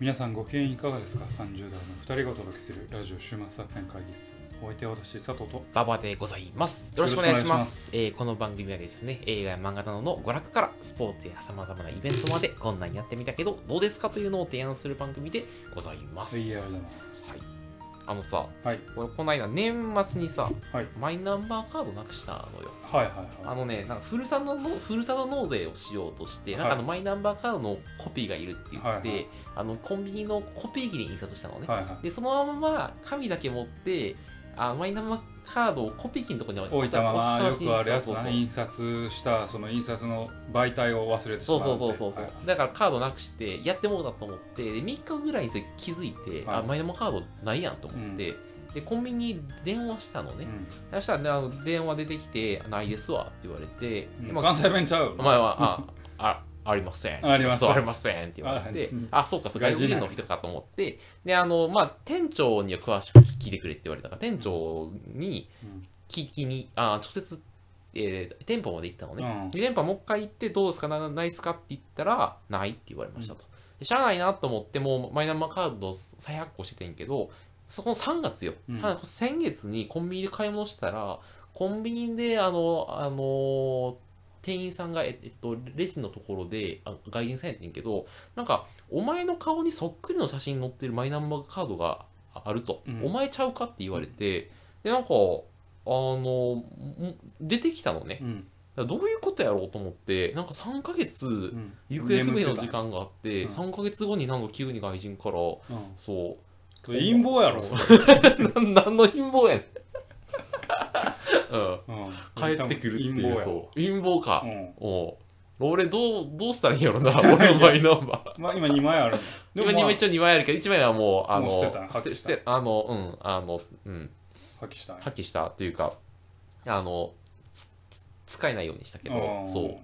皆さんご機嫌いかがですか30代の2人がお届けするラジオ週末作戦会議室お相手は私佐藤とババでございます。よろしくお願いしよろしくお願ま。いしますえーこの番組はですね、映画や漫画などの娯楽からスポーツやさまざまなイベントまでこんなにやってみたけどどうですかというのを提案する番組でございます。いやだなはい。あのさ、はい俺この間年末にさ、はいマイナンバーカードなくしたのよ。はいはいあはいのね、なんかふるさとのふるさと納税をしようとして、なんかあはのマイナンバーカードのコピーがいるって言って、はいはいあのコンビニのコピー機で印刷したのね。はいはいでそのまま紙だけ持ってあマイナンバーカードをコピー機のところに置いたままよ置きっくあるぱなやしつになして印刷したその印刷の媒体を忘れてしまそううそうそうそうそうそうそう、はいだからカードなくしてやってもうだと思ってで3日ぐらいにそれ気づいて、はいあマイナンバーカードないやんと思って、でコンビニに電話したのね、そしたら、ね、あの電話出てきて「ないですわ」って言われてう「んうでんまあ関西弁ちゃうお前は、あ、あ、ありません。ありませんそうありませんって言われてあうん、あ、そうか、そう外外人国人の人かと思って、で、あの、まあ、店長には詳しく聞いてくれって言われたから、店長にうん聞きに、あ、直接、えー店舗まで行ったのね。うんで店舗もう一回行って、どうですか、なないですかって言ったら、ないって言われましたと。でしゃあないなと思って、もうマイナンバーカード再発行しててんけど、そこの3月よ、うんさ先月にコンビニで買い物したら、コンビニで、あの、あの、店員さんが、ええっと、レジのところで、あ外人さんやってんけど、なんか、お前の顔にそっくりの写真載ってるマイナンバーカードがああると、うんお前ちゃうかって言われて、で、なんか、あの、ん出てきたのね。うんだからどういうことやろうと思ってなんか3ヶ月うん行方不明の眠ってた時間があって、うん3ヶ月後になんか急に外人からうんそそれ陰謀やろそれう な何の陰謀やねん、うん、 うん帰ってくるっていう陰謀やそう陰謀か、うんおう俺どうどうしたらいいんやろな 俺のマイナンバーまあ今2枚あるで今もにまあも一応2枚あるけど1枚はもうあもう捨のてた破棄捨てし捨たてあのうんあのうん破棄したんや破棄したというかあのつ使えないようにしたけどんそうい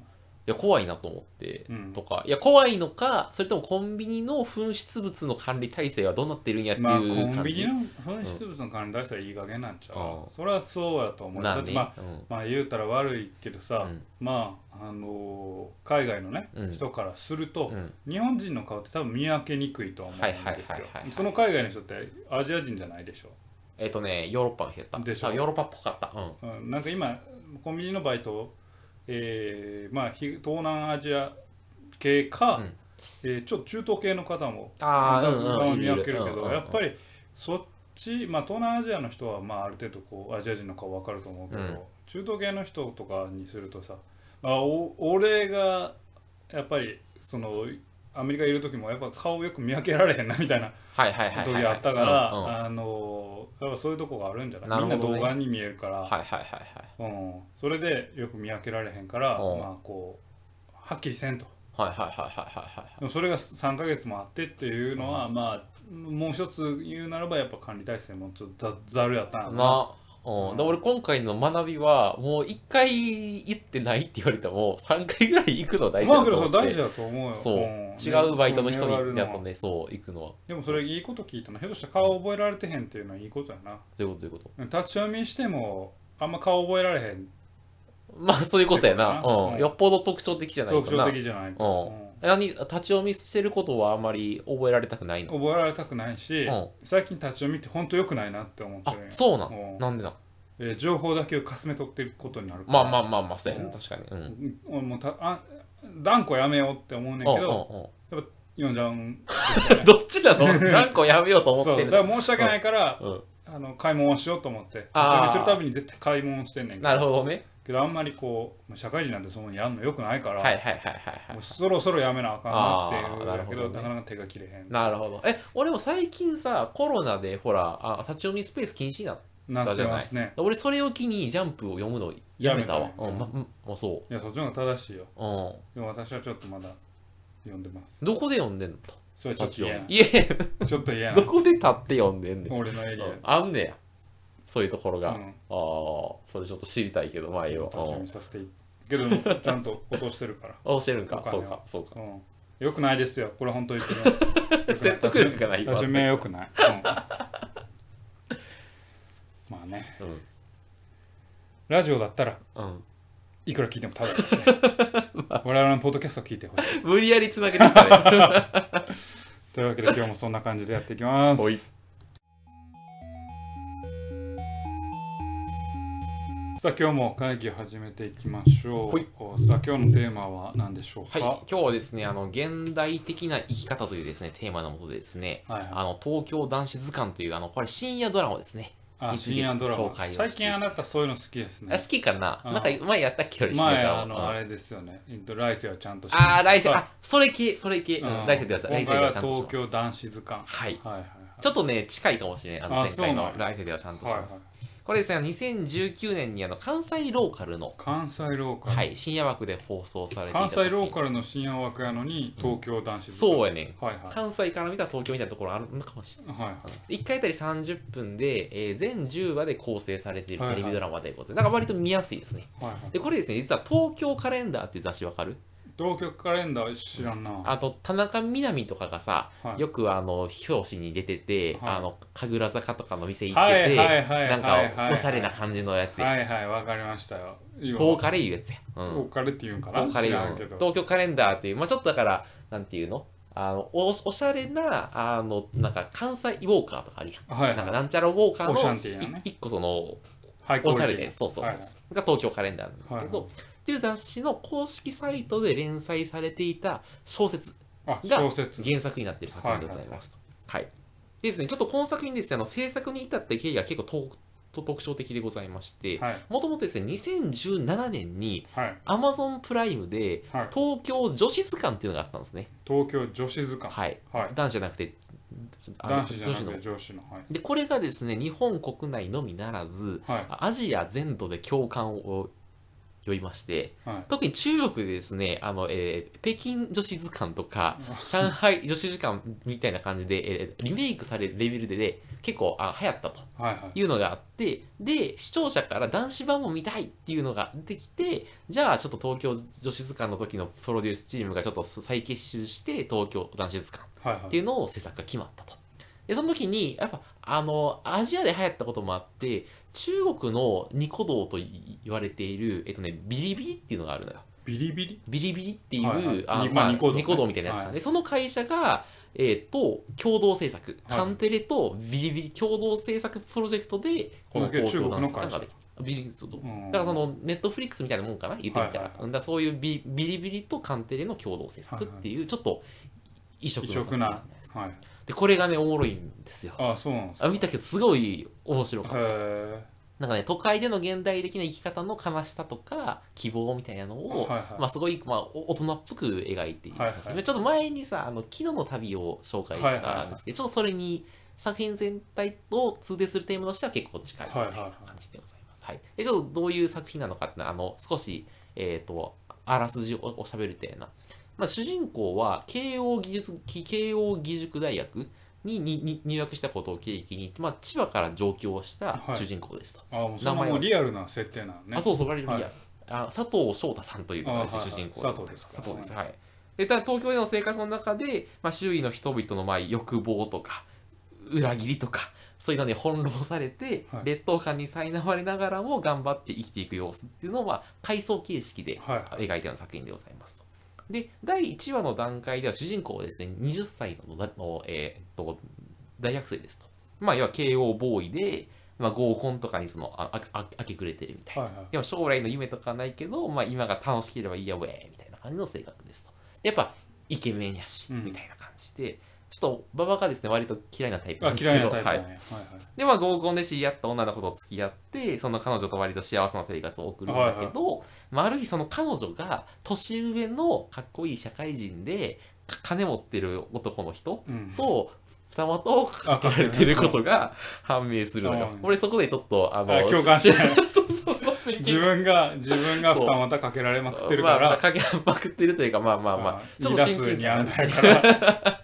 や怖いなと思ってうんとか、いや、怖いのか、それともコンビニの紛失物の管理体制はどうなってるんやっていうまあコ感じ。ンビニの紛失物の管理出したらいい加減なんちゃう、うんそれはそうやと思うなだっんてで、まあうんまあ言うたら悪いけどさ、うんまああのー海外のね、うん人からするとう、ん日本人の顔って多分見分けにくいと思うんですよ、はいはいはいはいはいその海外の人ってアジア人じゃないでしょ、えっ、とね、ヨーロッパの人やった。でしょ多分ヨーロッパっぽかった。うん。うん、なんか今コンビニのバイト、えーまあひ東南アジア系か、うんえーちょっと中東系の方もああ、だうんんだうんん。見分けるけどやっぱり、りそっち、まあ、東南アジアの人は、まあ、ある程度こうアジア人の顔分かると思うけど、うん中東系の人とかにするとさ、まあ、お俺がやっぱりそのアメリカいる時もやっぱ顔よく見分けられへんなみたいなはいはいはいはい、時はい。があったかうんうんはいらあのやっぱそういうとこがあるんじゃないなるほどねみんな動画に見えるから、はいはいはい。うん、それでよく見分けられへんから、うんまあこうはっきりせんと。はいはいはいはいはい。でもそれが3ヶ月もあってっていうのは、まあもう一つ言うならばやっぱ管理体制もちょっとざざるやったんやな、ううんん、だから俺今回の学びはもう1回言ってないって言われても3回ぐらい行くの大事まあだけとどそ思っれて、大事だと思うよそう、ん違うバイトの人そうに狙わやれるっのとはねそう行くのはでもそれいいこと聞いたなひょっとしたら顔覚えられてへんっていうのはいいことやなどういうことどういうこと立ち読みしてもあんま顔覚えられへんまあそういうことやな。そうやなううんん。よっぽど特徴的じゃない特か徴な。的じゃないうん何立ち読みしてることはあまり覚えられたくないの。覚えられたくないし、うん最近立ち読みってほんと良くないなって思ってあるん、やそうなうんん。なんでなん。えー情報だけをかすめ取ってることになるからまあまあまあまあ、そうやな。確かに。うん。うんうん俺もうたあ断固やめようって思うねんけどう読んじゃうんん うん。どっちな の何個やめようと思そってうるだのから申し訳ないから、うん。あの買い物をしようと思ってあー旅するたびに絶対買い物してんねんけどなるほどね。けどあんまりこう社会人なんてそんなやんのよくないから、はいはいはいはいもはうそろそろやめなあかんなっていうあーなだるけほどどなねかなか手が切れへんい。なるほど。え、俺も最近さ、コロナでほら、あ立ち読みスペース禁止になっなってますねた。俺それを機にジャンプを読むのやめたわや。めたうん。まうんもうそいやそっちの方が正しいよう。うん。でも私はちょっとまだ読んでますどこで読んでんのと。それちょっと嫌やいえ、なちょっと嫌やどなこで立って読んでんねん。俺のエリアあんねや。そういうところうが。ああん、それちょっと知りたいけど、まあええわ立ち読みさせていいけどちゃんと落としてるからあ教えるんかお。金そをうか、そうか。うんよくないですよこれ本 当に言って ます説得力がない立ち読みはよくない、うんまあねうん。ラジオだったらうん、いくら聞いてもただ ですね我々のポッドキャストを聞いてほしい 無理やりつなげてきたね。というわけで今日もそんな感じでやっていきます。はいさあ今日も会議始めていきましょう。はいさあ今日のテーマは何でしょうはい、か。今日はですね、あの、現代的な生き方というですね、テーマのもとでですね、はいはいあの、東京男子図鑑という、あの、これ深夜ドラマですね。あいつで深夜ドラ紹マ介をして最近あなたそういうの好きですねあ好きかなうんなんか前やったっけより深夜前ドあラのあマ。れですよねえっと来世はちゃんとしますあー、来世、はいあ、それ系、それ系、うんうん来世でやつ、来今世で回ははちゃんとし東ます。京男子図鑑はい。はいはいはいちょっとね、近いかもしれない。あの、あ前回そうのなんや来世ではちゃんとしはいはまいす。これですね、2019年にあの関西ローカルの、関西ローカル、はい、深夜枠で放送されていた関西ロールカルの深夜枠やのに東京男子図鑑、そうやねん。はいはい関西から見たら東京みたいなところあるのかもしれない。はいはい1回あたり30分で、えー全10話で構成されているはいはテいレビドラマということで、なんか割と見やすいですね。はいはいで、これですね、実は東京カレンダーっていう雑誌わかる東京カレンダー知らんなあと、田中みな実とかがさ、はいよくあの、表紙に出てて、はいあの、神楽坂とかの店行はっいてて、はいはいなんはいはいはかいおしゃれな感じのやつで、はいはいわかりましたよ今東カレいうやつや。うん東カレって言うんかな東カレ知イらのんけど東京カレンダーっていう、まあ、ちょっとだから、なんていうのあのおおしゃれな、あの、なんか関西ウォーカーとかあるやん。はいはいなんかなんちゃらウォーカーオシャンティーのなねい一個その、はいおしゃれクオリティで、そうそうそう。はいはそいれが東京カレンダーなんですけはいはど、っていう雑誌の公式サイトで連載されていた小説、あが小説原作になっている作品でございます。はい。でですね、ちょっとこの作品ですね、あの制作に至った経緯が結構とと特徴的でございまして、はいもともとですね、2017年にはい、 Amazon プライムではい、東京女子図鑑っていうのがあったんですね。東京女子図鑑はい。はい男子じゃなくて、あの男子じゃなく女ての。上司のはいで、これがですね、日本国内のみならず、はいアジア全土で共感を呼びまして、はい特に中国でですね、あの、えー北京女子図鑑とか、上海女子図鑑みたいな感じで、えーリメイクされるレベルで、ね、結構あ流行ったとはいはいいうのがあって、で、視聴者から男子版も見たいっていうのが出てきて、じゃあちょっと東京女子図鑑の時のプロデュースチームがちょっと再結集して、東京男子図鑑はいはっていいうのを制作が決まったと。で、その時に、やっぱ、あの、アジアで流行ったこともあって、中国のニコ動とい言われている、えっとね、ビリビリっていうのがあるのよ。ビリビリビリビリっていう、はいはいあのにまあまあニコ動ねニコ動みたいなやつなんで、はその会社が、えっと、共同制作、はいカンテレとビリビリ共同制作プロジェクトで、このこれ東京ダン中ス国の会社ができた。ビリビリそううんだからそのネットフリックスみたいなもんかな言ってみたら、はいはいだからそういうビビリビリとカンテレの共同制作っていう、ちょっと異色異の作色品ななんですはいで、これがね、おもろいんですよ。あそうなんですあ見たけど、すごい面白かった。へえなんかね、都会での現代的な生き方の悲しさとか、希望みたいなのを、はいはいまあ、すごい、まあ、お大人っぽく描いている、はいはいちょっと前にさ、あの、昨日の旅を紹介したんですけど、はいはいはいちょっとそれに、作品全体と通底するテーマとしては結構近いみたいな感じでございます。はいで、ちょっとどういう作品なのかってのはあの、少し、えっ、と、あらすじをおおしゃべるみたいな。まあ、主人公は慶応技術慶応義塾大学ににに入学したことを契機に、まあ、千葉から上京した主人公ですと。あもうそんな名前もはうリアルな設定なのねあそうそう、バリルビア、はいあ佐藤翔太さんというのがですねあはい主はい人公でございま佐佐藤藤で。ですすはい。で、ただ東京での生活の中で、まあ、周囲の人々の前欲望とか、裏切りとか、そういうのに翻弄されて、はい劣等感に苛まれながらも頑張って生きていく様子っていうのを、まあ、回想形式ではいは描いたような作品でございますと。で、第1話の段階では主人公はですね、20歳のだの、えーっと大学生ですと。まあ、要は慶応ボーイで、まあ、合コンとかにそのあああ明け暮れてるみたいな。はいはいでも将来の夢とかはないけど、まあ、今が楽しければいいやウェーみたいな感じの性格ですと。やっぱイケメンやし、うんみたいな感じで、ちょっと馬場がですね、割と嫌いなタイプなあんです嫌けいなど、タイプだはい、ねはいはいで、まあ合コンで知り合った女の子と付き合って、その彼女と割と幸せな生活を送るんだけど、まあ、ある日その彼女が年上のかっこいい社会人で、か金持ってる男の人うんと二股をかけられてることが判明するのよう。ん俺そこでちょっと、あの、あ共感した そうそうそう、真剣に 自分が自分がそう二股かけられまくってるかまあ、らかけまくってるというか、まあまあまあ、ちょっと2親打数近にあ感んがない から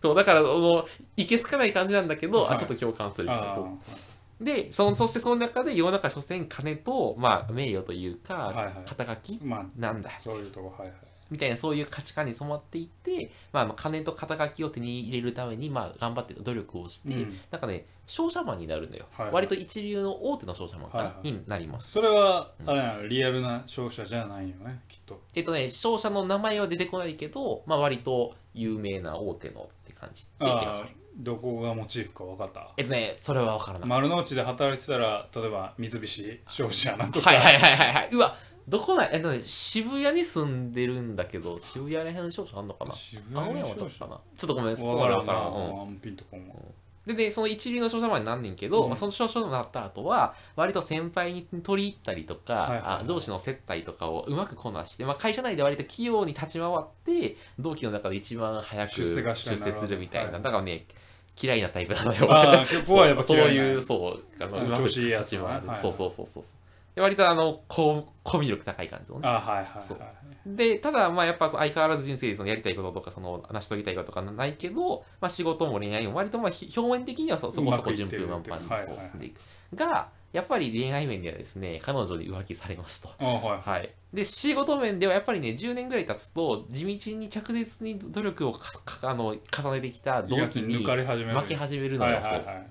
そう、だから、もう、いけすかない感じなんだけど、はいあ、ちょっと共感するみたいな。あそうで、その、そしてその中で、世の中、所詮金と、まあ、名誉というか、はいはい肩書きまあなんだ。そういうとこはいはいみたいなそういう価値観に染まっていって、まあ、あの金と肩書きを手に入れるために、まあ、頑張って努力をして、うんなんかね商社マンになるんだよ、はいはい割と一流の大手の商社マンかな、はいはいになりますそれはあれなのリアルな商社じゃないよねきっとえっとね商社の名前は出てこないけど、まあ、割と有名な大手のって感じで描かれああるどこがモチーフか分かったえっとねそれは分からない、丸の内で働いてたら例えば三菱商社なんとか、はいはいはいはいはいうわどこないえっとね渋谷に住んでるんだけど渋谷ら辺の商社あんのかな渋青谷山のと商か社かなちょっとごめんそこ分まかでら分んかならん、うん、あんピンとこんわででその一流の商社マンになんねんけど、うんまあ、その商社マンになった後は割と先輩に取り入ったりとか、はいはいはいあ上司の接待とかをうまくこなして、まあ、会社内で割と器用に立ち回って同期の中で一番早く出世頭出にな世るするみたいなはいだからね嫌いなタイプなのよああ結構はやっぱ そう嫌そういないううそうあのあうまく調子いいや立つちね回る、はいそうそうそうそうで割とあのこうコミュ力高い感じのねあはいはいそうはいでただまあやっぱその相変わらず人生でそのやりたいこととかその成し遂げたいこととかないけど、まあ、仕事も恋愛も割とまあひ表面的にはそそうこそまこくい順って風る満帆にはいはいそう進んでいく、がやっぱり恋愛面ではですね彼女に浮気されますと。あはいはい、で仕事面ではやっぱりね10年ぐらい経つと地道に着実に努力をかかあの重ねてきた同やつ期にに抜かれ始める負け始めるのはいよはいはそいうはい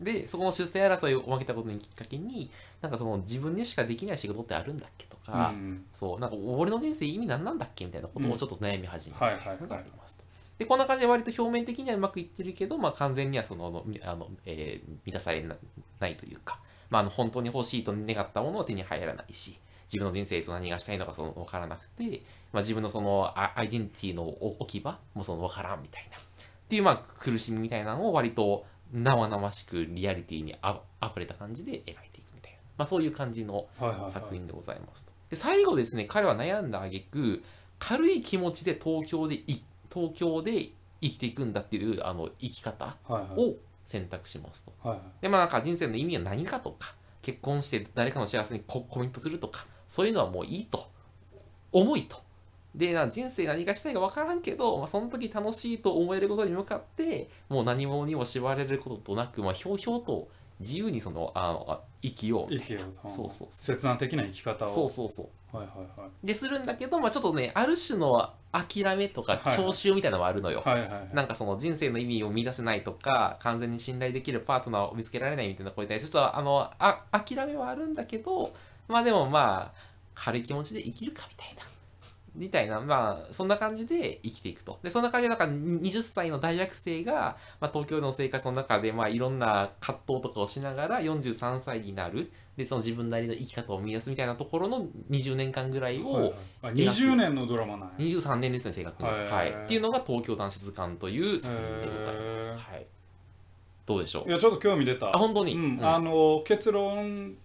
でそこの出世争いを負けたことにきっかけになんかその自分にしかできない仕事ってあるんだっけとか、うんそうなんか俺の人生意味何なんだっけみたいなことうをんちょっと悩み始めはいたはいのがはあいりますと。でこんな感じで割と表面的にはうまくいってるけど、まあ、完全にはそのあのみあの、えー満たされなないというか、まあ、あの本当に欲しいと願ったものは手に入らないし自分の人生その何がしたいのかその分からなくて、まあ、自分のそのアアイデンティティの置き場もその分からんみたいなっていう、まあ、苦しみみたいなのを割と生々しくリアリティにああふれた感じで描いていくみたいな、まあ、そういう感じのはいはいはい作品でございますと。で最後ですね彼は悩んだ挙句軽い気持ちで東京でい東京で生きていくんだっていうあの生き方はいはいを選択しますと。はいはいでまあなんか人生の意味は何かとか結婚して誰かの幸せにココミットするとかそういうのはもういいと思いと。でな人生何がしたいか分からんけど、まあ、その時楽しいと思えることに向かってもう何もにも縛られることとなく、まあ、ひょうひょうと自由にそのあのあ生きようみ生たいきよなそうそうそ切断的な生き方うをそうそうそうはいはいはいでするんだけど、まあ、ちょっとねある種の諦めとかはい郷愁みたいなのはあるのよ、はいはいはいなんかその人生の意味を見出せないとか完全に信頼できるパートナーを見つけられないみたいな声でちょっとあのあ諦めはあるんだけどまあでもまあ軽い気持ちで生きるかみたいな。みたいな、まあ、そんな感じで生きていくと。で、そんな感じで、なんか、20歳の大学生が、まあ、東京の生活の中で、まあ、いろんな葛藤とかをしながら、43歳になる。で、その自分なりの生き方を見出すみたいなところの20年間ぐらいを、はいはいあ20年のドラマなんや23年ですね正確には、へーはい、っていうのが東京男子図鑑という作品でございます、へはい、どうでしょいうやちょっと興味出たあ本当に、うんうんあの結論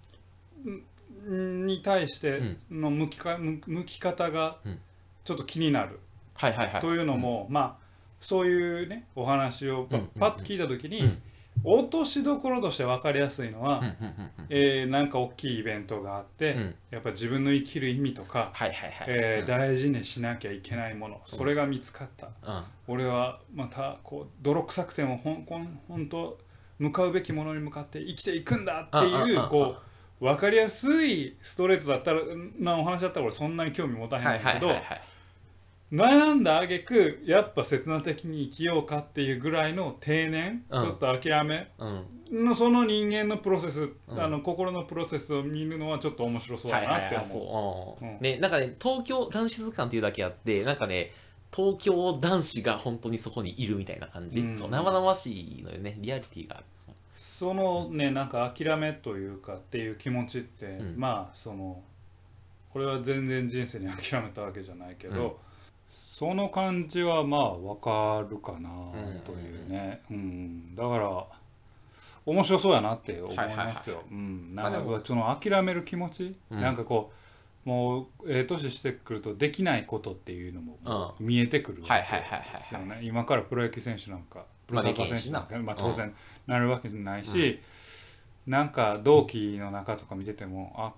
んに対しての向きか向向き方がうんちょっと気になる、はいはいはいというのも、まあそういうねお話をパうんうんうんパッと聞いた時に、うん落としどころとして分かりやすいのは、うんうんうんうんえーなんか大きいイベントがあって、うんやっぱ自分の生きる意味とか、はいはいはい、えーうん大事にしなきゃいけないものそれが見つかったうん俺はまたこう泥臭くてもほんこん本当向かうべきものに向かって生きていくんだってああいああうこう分かりやすいストレートだったらなお話だったら俺そんなに興味持たへんはいはだけいはいどはい悩んだ挙句やっぱ切な的に生きようかっていうぐらいの定年ちうんょっと諦めうんのその人間のプロセスうんあの心のプロセスを見るのはちょっと面白そうはだいはなっいはいてあ思う。そう、うんうんねなんかね東京男子図鑑っていうだけあってなんかね東京男子が本当にそこにいるみたいな感じ、うんそう生々しいのよねリアリティがあるそうそのねなんか諦めというかっていう気持ちって、んまあそのこれは全然人生に諦めたわけじゃないけど、うんその感じはまあわかるかなうんというね、うんだから面白そうやなって思いはいはいますよ。うんなんかまあでもその諦める気持ち、うんなんかこうもうええ年してくるとできないことっていうのももう見えてくるわけはいはいはいはいですよね今からプロ野球選手なんかプまあロでサきッカへんーし選手ななんか、まあ、当然なるわけじゃないし、なんか同期の中とか見ててもあ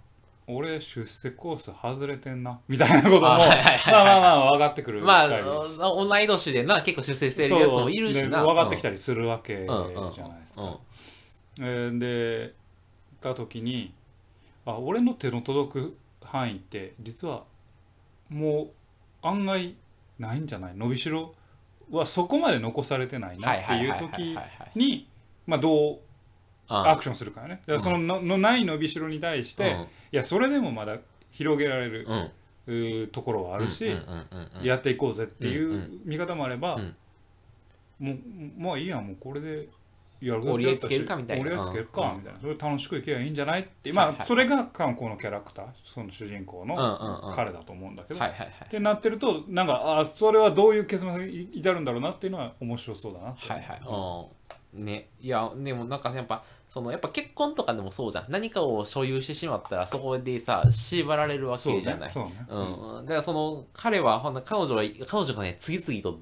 俺出世コース外れてんなみたいなこともあはいはいはいまあまあまあ分かってくるまあタイプです同い年でな結構出世してるやつもいるしなそうで分かってきたたりするわけじゃうんうんないですか、うんえーでた時にあ俺の手の届く範囲って実はもう案外ないんじゃない伸びしろはそこまで残されてないなっていう時にまあどうアあクションするからねだからそのののない伸びしろに対して、いやそれでもまだ広げられる、うんうんうーところはあるし、うんうんうんうんやっていこうぜっていんうう見方もあれば、うんもうまあいいやもうこれでやる折り合いつけるかみたいな折り合いつけるかうんみたいなそれ楽しくいけばいいんじゃないって、はいまはあいそれが多分このキャラクターその主人公うんのうんうん彼だと思うんだけど、はいはいはいってなってるとなんかあそれはどういう結末に至るんだろうなっていうのは面白そうだなってはいはい、うん、ねいやでもなんかやっぱそのやっぱ結婚とかでもそうじゃん何かを所有してしまったらそこでさ縛られるわそうけねじゃないそうね、うん、だからその彼はほんな彼女は彼女がね次々と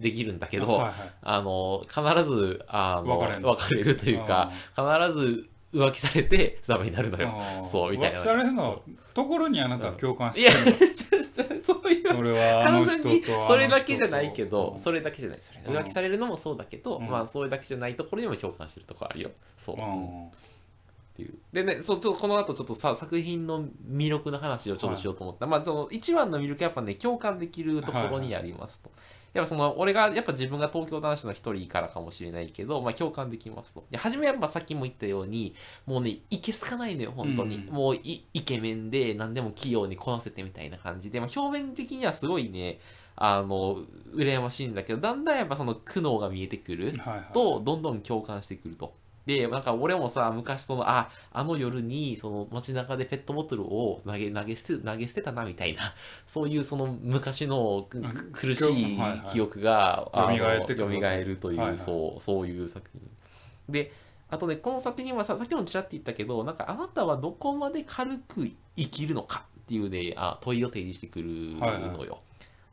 できるんだけど、はいはいあの必ずあの別れるの別れるというか必ず浮気されてダメになるのよ。そうみたいな浮気されるのはところにあなたは共感いしやているやの、ちょちょそういうそれはあの完人全とにあの人とそれだけじゃないけどうんそれだけじゃないそれうん浮気されるのもそうだけど、うんまあそれだけじゃないところにも共感してるとこあるよそう、うんっていうでねそうちょっとこの後ちょっとさ作品の魅力の話をちょっとしようと思った、まあその一番の魅力はやっぱね共感できるところにありますと、やっぱその俺がやっぱ自分が東京男子の一人からかもしれないけど、まあ、共感できますとで初めやっぱさっきも言ったようにもうねいけすかないのよ本当に、うんもういイケメンで何でも器用にこなせてみたいな感じで、まあ、表面的にはすごいねあの羨ましいんだけどだんだんやっぱその苦悩が見えてくる、はいはいとどんどん共感してくると。で、なんか俺もさ、昔その、あ、あの夜に、その街中でペットボトルを投げ、投げ捨て、投げ捨てたな、みたいな、 そういうその昔のくうんく苦しいはいはい記憶が、あの蘇ってくる蘇るという、はいはいそう、そういう作品。で、あとね、この作品はさ、さっきもちらっと言ったけど、なんかあなたはどこまで軽く生きるのかっていうね、あ問いを提示してくるのよ。はいはい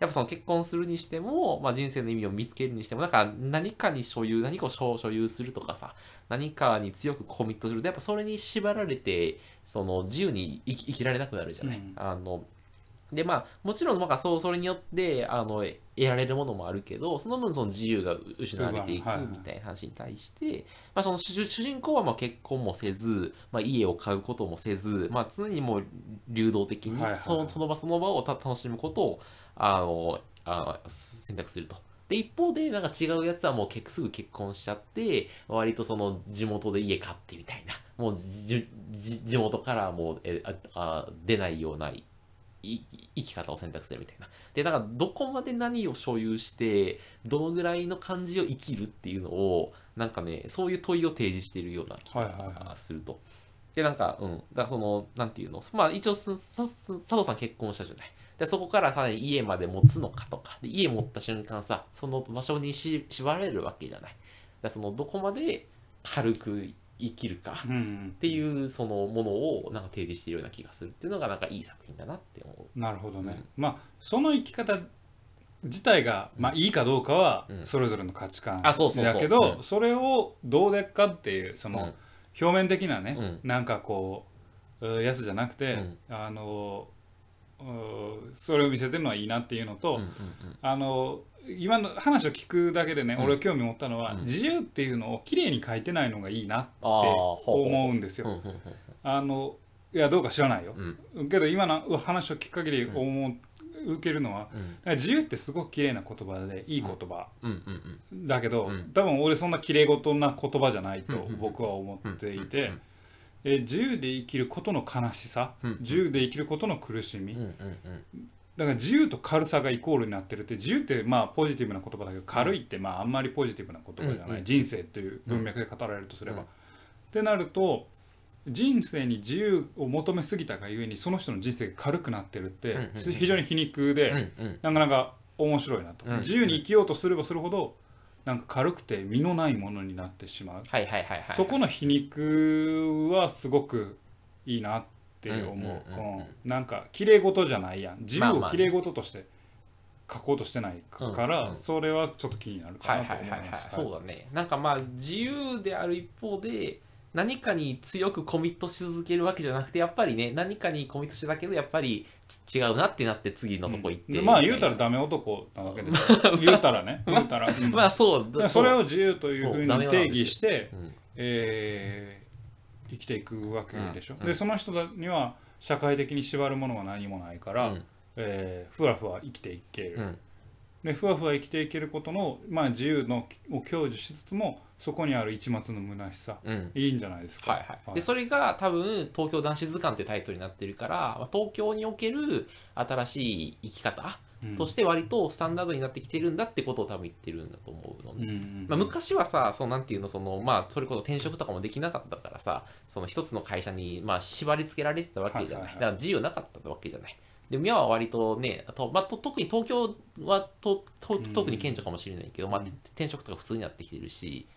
やっぱその結婚するにしても、まあ、人生の意味を見つけるにしてもなんか何かに所有何かを所所有するとかさ何かに強くコミットするとやっぱそれに縛られてその自由に生き生きられなくなるじゃない。うんあのでまあ、もちろんなんかそうそれによってあの得られるものもあるけどその分その自由が失われていくはいはいみたいな話に対して、まあ、その主主人公はまあ結婚もせず、まあ、家を買うこともせず、まあ、常にもう流動的にはいはいそのその場その場をた楽しむことをあのあの選択すると。で一方でなんか違うやつはもう結すぐ結婚しちゃって割とその地元で家買ってみたいなもうじじ地元からはもうえああ出ないようないい生き方を選択するみたいな。でだからどこまで何を所有してどのぐらいの感じを生きるっていうのをなんかねそういう問いを提示しているような気はいはいはがすると。でなんかうんだからそのなんていうのまあ一応すさす佐藤さん結婚したじゃない。でそこからさらに家まで持つのかとかで家持った瞬間さその場所にし縛られるわけじゃない。だからそのどこまで軽く生きるかうんうんっていうそのものをなんか提示しているような気がするっていうのがなんかいい作品だなって思う。なるほどね、まあその生き方自体が、まあ、いいかどうかはうんそれぞれの価値観あそうそうそうだけど、うんそれをどうでっかっていうその表面的なね、うんなんかこううーやつじゃなくて、うんあのうーそれを見せてるのはいいなっていうのと、うんうんあの今の話を聞くだけでね、うん俺興味持ったのは、うん自由っていうのを綺麗に書いてないのがいいなってあーほうほう思うんですよ。うんうんうんあのいやどうか知らないよ、うんけど今の話を聞く限り思う、受けるのはうんだから自由ってすごく綺麗な言葉でいい言葉うんうんうんだけど、うん多分俺そんな綺麗事な言葉じゃないとうん僕は思っていて、うんえ自由で生きることの悲しさ、うん自由で生きることの苦しみ、うんうんうんだから自由と軽さがイコールになってるって自由ってまあポジティブな言葉だけど軽いってまああんまりポジティブな言葉じゃない、うん人生という文脈で語られるとすれば。うんってなると人生に自由を求めすぎたがゆえにその人の人生が軽くなってるってうんうんうん非常に皮肉で、うんうんなかなか面白いなと、うん自由に生きようとすればするほどなんか軽くて身のないものになってしまう、はいはいはいはいそこの皮肉はすごくいいなって思うんうんうんうんううんなんか綺麗事じゃないやん自由まあまをあ綺麗事として書こうとしてないかから、うんうんそれはちょっと気になるかはいなはとい思いはいはいますそうだねなんかまあ自由である一方で何かに強くコミットし続けるわけじゃなくてやっぱりね何かにコミットしてたけどやっぱりち違うなってなって次のとこ行っうて、んでまあ言うたらダメ男なわけ ですよ言うたらね言うたら、うんまあそうでそれを自由というふそううダにメ男な定んですよ義してうんえー生きていくわけでしょ、うんうんでその人には社会的に縛るものは何もないから、うんえーふわふわ生きていける、うんでふわふわ生きていけることの、まあ、自由のを享受しつつもそこにある一末の虚しさうんいいんじゃないですか、はいはい、でそれが多分「東京男子図鑑」ってタイトルになってるからまあ東京における新しい生き方うんとして割とスタンダードになってきてるんだってことを多分言ってるんだと思うのねうんうんまあ、昔はさそのなんていうのその、まあ、それこそ転職とかもできなかったからさその一つの会社に、まあ、縛り付けられてたわけじはゃない,、いはいはいだから自由なかったわけじゃないで宮は割とねあと、まあ、と特に東京はととうん特に顕著かもしれないけど、まあ、うん転職とか普通になってきてるし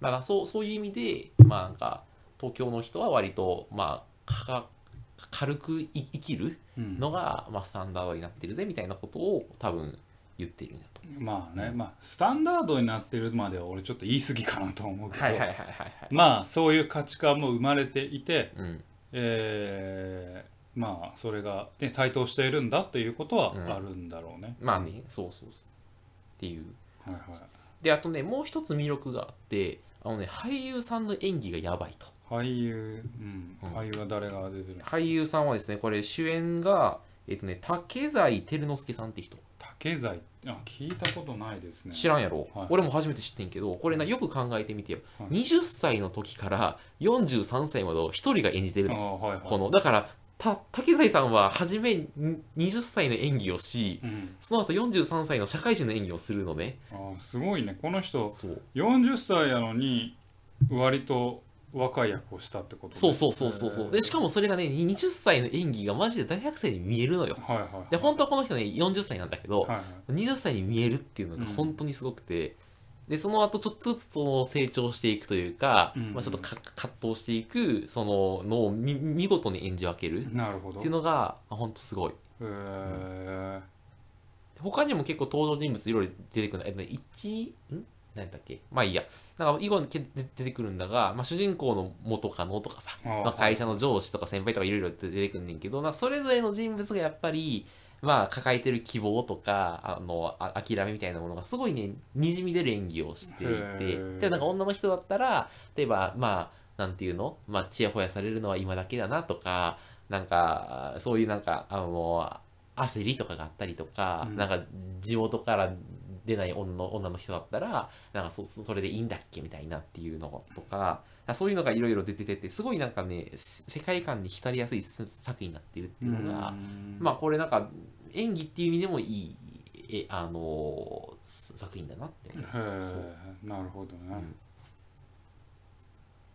だからそうそういう意味で、まあ、なんか東京の人は割と、まあ、か軽くい生きるうんのが、まあ、スタンダードになってるぜみたいなことを多分言ってるんだと。まあね、まあスタンダードになってるまでは俺ちょっと言い過ぎかなと思うけど、はいはいはいはいはい。まあそういう価値観も生まれていて、うんえーまあそれが、ね、対等しているんだっていうことはうんあるんだろうね。まあね、そうそうそう。っていう。はいはいで、あとね、もう一つ魅力があって、あのね、俳優さんの演技がやばいと。俳優、うん、うん俳優は誰が出てるの俳優さんはですね、これ主演が、えっとね、竹財照之助さんって人。竹財あ聞いたことないですね。知らんやろ、はい俺も初めて知ってんけど、これな、よく考えてみてよ。はい20歳の時から43歳までを一人が演じてるあのあはいはい。この、だから、た竹財さんは初めに20歳の演技をし、うん、その後43歳の社会人の演技をするのね。ああすごいねこの人そう。 40歳やのに割と若い役をしたってことねそうそうそうそうそう。で、しかもそれがね、20歳の演技がマジで大学生に見えるのよ。はいはいはい、で、本当はこの人ね、40歳なんだけど、はいはい20歳に見えるっていうのがうん本当にすごくて、で、その後ちょっとずつその成長していくというか、うんまあ、ちょっとか葛藤していく、そののを見見事に演じ分けるっなるほど。ていうのが、まあ本当すごい。へー他にも結構登場人物いろいろ出てくるんだ。えっとね、1、ん何だっけまあいいや。なんか、以後にけ出出てくるんだが、まあ、主人公の元カノとかさ、あーまあ、会社の上司とか先輩とかいろいろ出てくるねんけど、なんかそれぞれの人物がやっぱり、まあ、抱えてる希望とか、あの、あ諦めみたいなものがすごいね、にじみ出る演技をしていへてー、で、なんか女の人だったら、例えば、まあ、なんていうのまあ、ちやほやされるのは今だけだなとか、なんか、そういうなんか、あの、焦りとかがあったりとか、うんなんか、地元から出ない女の女の人だったら、なんかそ、それでいいんだっけみたいなっていうのとか、あそういうのがいろいろ出ててて、すごいなんかね、せ世界観に浸りやすいす作品になってるっていうのが、うんまあこれなんか演技っていう意味でもいい、えあのーす作品だなって思う。へそうえなるほどね、うん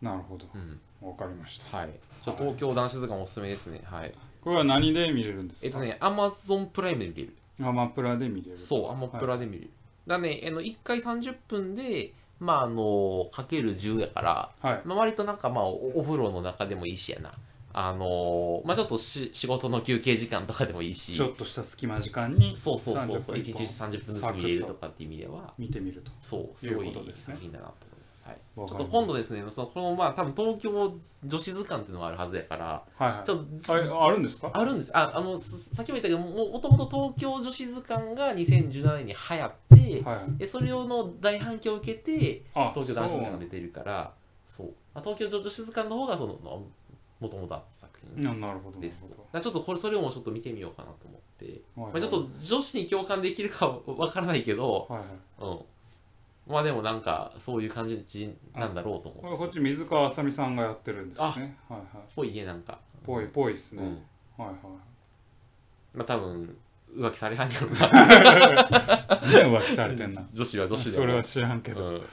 なるほどうん、わかりましたはい。ちょっと東京男子図鑑おすすめですね。はい。これは何で見れるんですかえっとね、アマゾンプライムで見れる。アマプラで見れるそう、アマプラで見れる。だね、あの1回30分で、まああのー、かける10やから、はいまあ、割となんかまあおお風呂の中でもいいしやな。あのーまあちょっとし仕事の休憩時間とかでもいいしち、ょっとした隙間時間にそうそうそうそ30分う、1一日本30分ずつ見れるとかっていう意味では、見てみるとそう、すごいいうことですね作品だなと思います。はいわちかょりましたっと今度ですね、そのこのまあ多分東京女子図鑑っていうのがあるはずやから、はいはいちょっとあれあるんですかあるんです。あ、あの、ささっきも言ったけど、ももともと東京女子図鑑が2017年に流行って、はいはいでそれをの大反響を受けて、あ東京男子図鑑がで出てるから、そう。まあ、東京女子図鑑の方がその、もともとあった作品ななるほどなでるすほと。だどからちょっとこれ、それをもちょっと見てみようかなと思って。はいまあ、ちょっと女子に共感できるかはわからないけど、はいはいうん。まあでもなんか、そういう感じなんだろうとこ思れこっ。ってち水川あさみさんがやってるんですねはいはいぽいね、なんか。ぽいぽいですうねん。はいまあ多分、浮気されはんやろな。 はい 浮気されてんな女子は女子でも。それは知らんけどうん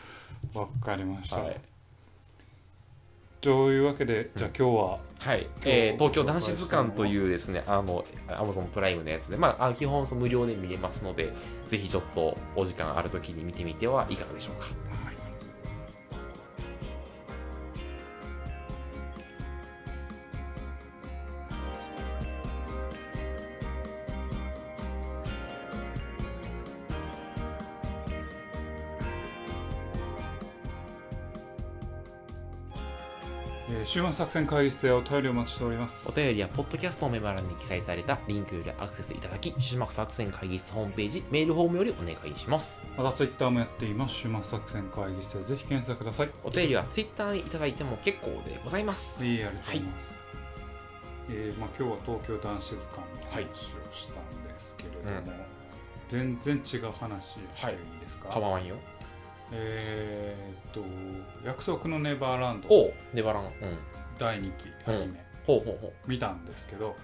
わかりましたはい。というわけでじゃあ今日ははい、えー東京男子図鑑というですね、あの、アマゾンプライムのやつで、まあ、あ基本そう無料で見れますので、ぜひちょっとお時間あるときに見てみてはいかがでしょうか。はいえー週末作戦会議室でお便りをお待ちしておりますお便りは、ポッドキャストのメモ欄に記載されたリンクよりアクセスいただき、週末作戦会議室ホームページ、メールフォームよりお願いします。またツイッターもやっています週末作戦会議室でぜひ検索くださいお便りは、ツイッターにいただいても結構でございます。いいやりと思います、えーまあ、今日は東京男子図鑑の話をしたんでですけれども、全然違う話をしていいですか、構わんよえーっと「約束のネバーランドおうネバランうん第2期アニメ、ほうほうほう見たんですけど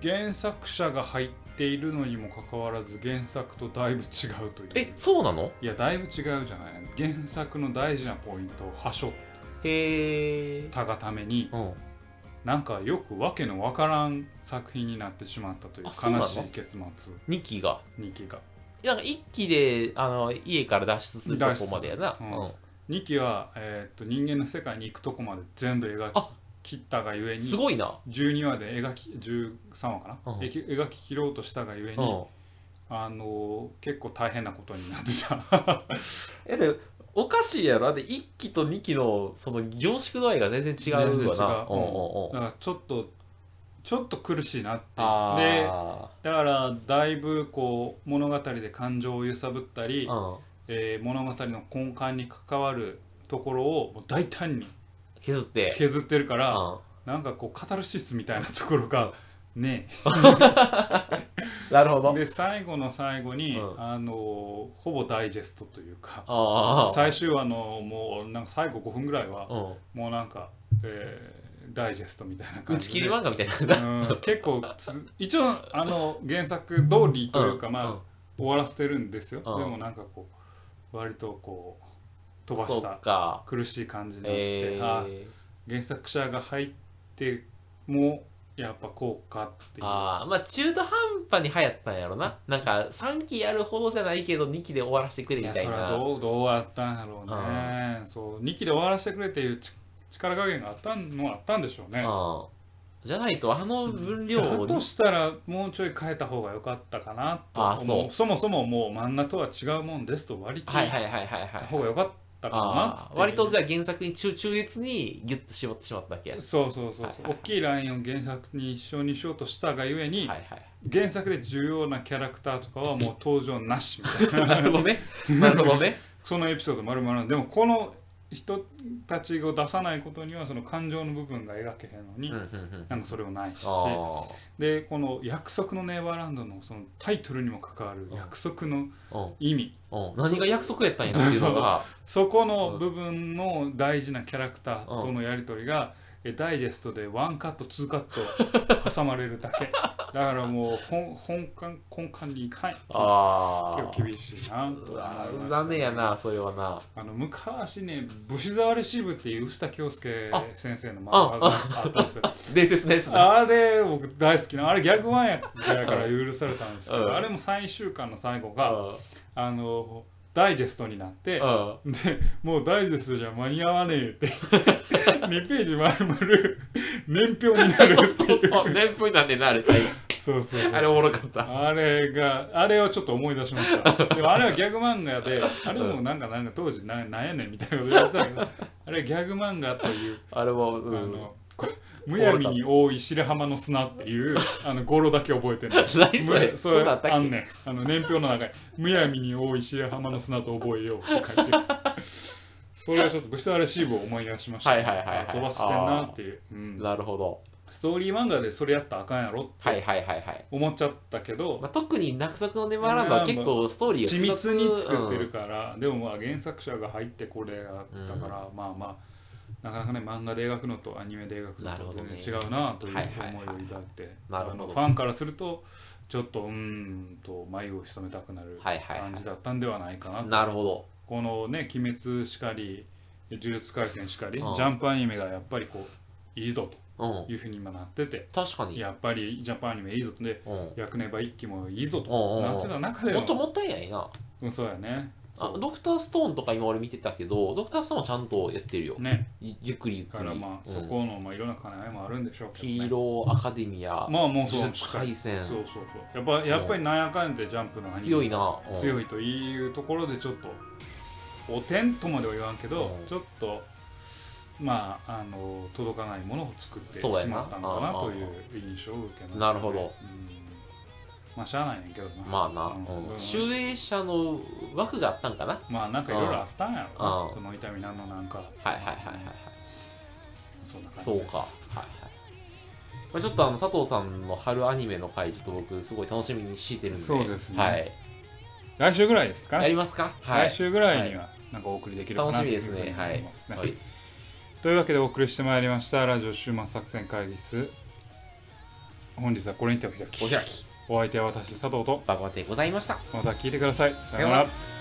原作者が入っているのにもかかわらず原作とだいぶ違うというえそうなのいやだいぶ違うじゃない原作の大事なポイントをはしょっへえたがためにうんなんかよくわけのわからん作品になってしまったというあそうな悲のしい結末2期が2期がなんか1期であの家から脱出するとこまでやな脱出うん2期は、えーっと人間の世界に行くとこまで全部描きあ切ったがゆえうん、にすごいな12話で描き13話かな、うんえき描き切ろうとしたがゆえに、うんあのー結構大変なことになって たえでもおかしいやろだって1期と2期のその凝縮度合いが全然違う全然わ違なううんうんだからちょっとちょっと苦しいなってあでーだからだいぶこう物語で感情を揺さぶったり、うんえー物語の根幹に関わるところをもう大胆に削って削ってるかうら、んなんかこうカタルシスみたいなところがねなるほどで最後の最後に、うんあのーほぼダイジェストというかああ最終話のもうなんか最後5分ぐらいはうもうなんか、えーダイジェストみたいな感じでん打ち切り漫画みたいなうん結構つ一応あの原作通りというか、まあ、終わらせてるんですよ、うんでもなんかこう割とこう飛ばそしうたか苦しい感じになってて、えあー、原作者が入ってもやっぱこうかっていうあーまあ中途半端に流行ったんやろななんか3期やるほどじゃないけど2期で終わらせてくれいみやたいそれはなどうどうあったんだろうねそう2期で終わらせてくれっていうち力加減があったのはあったんでしょうねうんじゃないとあの分量だをとしたらもうちょい変えた方が良かったかなとあ思そううそもそももう漫画とは違うもんですと割り切はいっはいはいはいはたい方が良かったかなあっていあう割とじゃあ原作に忠忠実にギュッと絞ってしまったわけや。はいそうそうそうはいそうはい大きいラインを原作に一緒にしようとしたがゆえに、はい。 原作で重要なキャラクターとかはもう登場なしみたいななるほどね。 なるほどね。 そのエピソード丸々なんでもこの人たちを出さないことにはその感情の部分が描けへんのうに、んうんうん。なんかそれもないしあでこの「約束のネーバーランド」のそのタイトルにも関わるうん約束のあ。うん意味うん。何が約束やったんやっていうのが。そこの部分の大事なキャラクターとのやり取りが、えダイジェストでワンカットツーカット挟まれる だけだからもう本本館根幹にいかないああ結。構厳しいなとう思いわました残念やな、それはな。あの昔ね武士沢レシーブっていう臼田恭介先生の漫画がああったんですよ伝説のやつだ。あれ僕大好きなあれギャグワンやから許されたんですけど、うんあれも最終巻の最後うが、んあのダイジェストになって、うん。でもうダイジェストじゃ間に合わねえって2ページ丸々年表になるそうそうそう。年分なんでな、あれ最後。そうそうそうあれおもろかった。あれがあれをちょっと思い出しましたでもあれはギャグ漫画であれもなんかなんか当時ななんやねんみたいなこと言ってたけどあれはギャグ漫画という、あれも、うあん。のこむやみに多い白浜の砂っていうあの語呂だけ覚えてる何そむれそそうれだったあっんけねんあの年表の中に「むやみに多い白浜の砂と覚えよう」って書いてる それはちょっとブスターレシーブを思い出しました、はいはいはいはいあ飛ばしてんなっていう、うん、なるほど。ストーリー漫画でそれやったらあかんやろっはいてはいはいはい。思っちゃったけど、まあ、特に約束のネバーランドは結構ストーリー緻が複雑密に作ってるから、でもまあ原作者が入ってこれがあったから、まあまあなかなかね漫画で描くのとアニメで描くのなるほとどね全然違うなというはいはいはい思いを抱いてなあるほどのファンからするとちょっとうーんと眉を潜めたくなるはいはいはい感じだったんではないかなとうん。なるほど。このね「鬼滅」しかり「呪術廻戦」しかりジうんャンプアニメがやっぱりこういいぞうんと。いうふうに今なってて確かに。やっぱりジャンプアニメいいぞとでうん。役ネバ一期もいいぞとうんうんうんなってた中でものっともったいないな。うんそうやねあそうドクターストーンとか今俺見てたけど、ドクターストーンはちゃんとやってるよ。ねゆゆっくりゆっだくかり。らまあ、うんそこのまあいろんな兼ね合いもあるんでしょうけど、ね、ヒーローアカデミア、まあもうそう呪術廻戦、そうそうそうやっぱやっぱりなんやかんやでジャンプのアニメ強いな。うん強いというところでちょっとお天とまでは言わんけど、うんちょっとまああの届かないものを作ってしそうやなまったのかなああという印象を受けました、なるほどうんまあしゃあないねんけどなまあな、うんううんん。集英者の枠があったんかな。まあなんかいろいろあったんやろなうんその痛みなのなんかはいはいはいはいはい。そんな感じそうですか。はいはい。まあ、ちょっとあの佐藤さんの春アニメの回、ちょっと僕、すごい楽しみにしてるんで、そうですねはい、来週ぐらいですかやね、りますか、はい、来週ぐらいにはなんかお送りできるかな楽しといみでうすふうにね、は思いいますね、はい、というわけでお送りしてまいりましたラジオ終末作戦会議室本日はこれにてお開きお開き、お相手は私佐藤とバグバでございました。また聞いてくださいさようさようなならら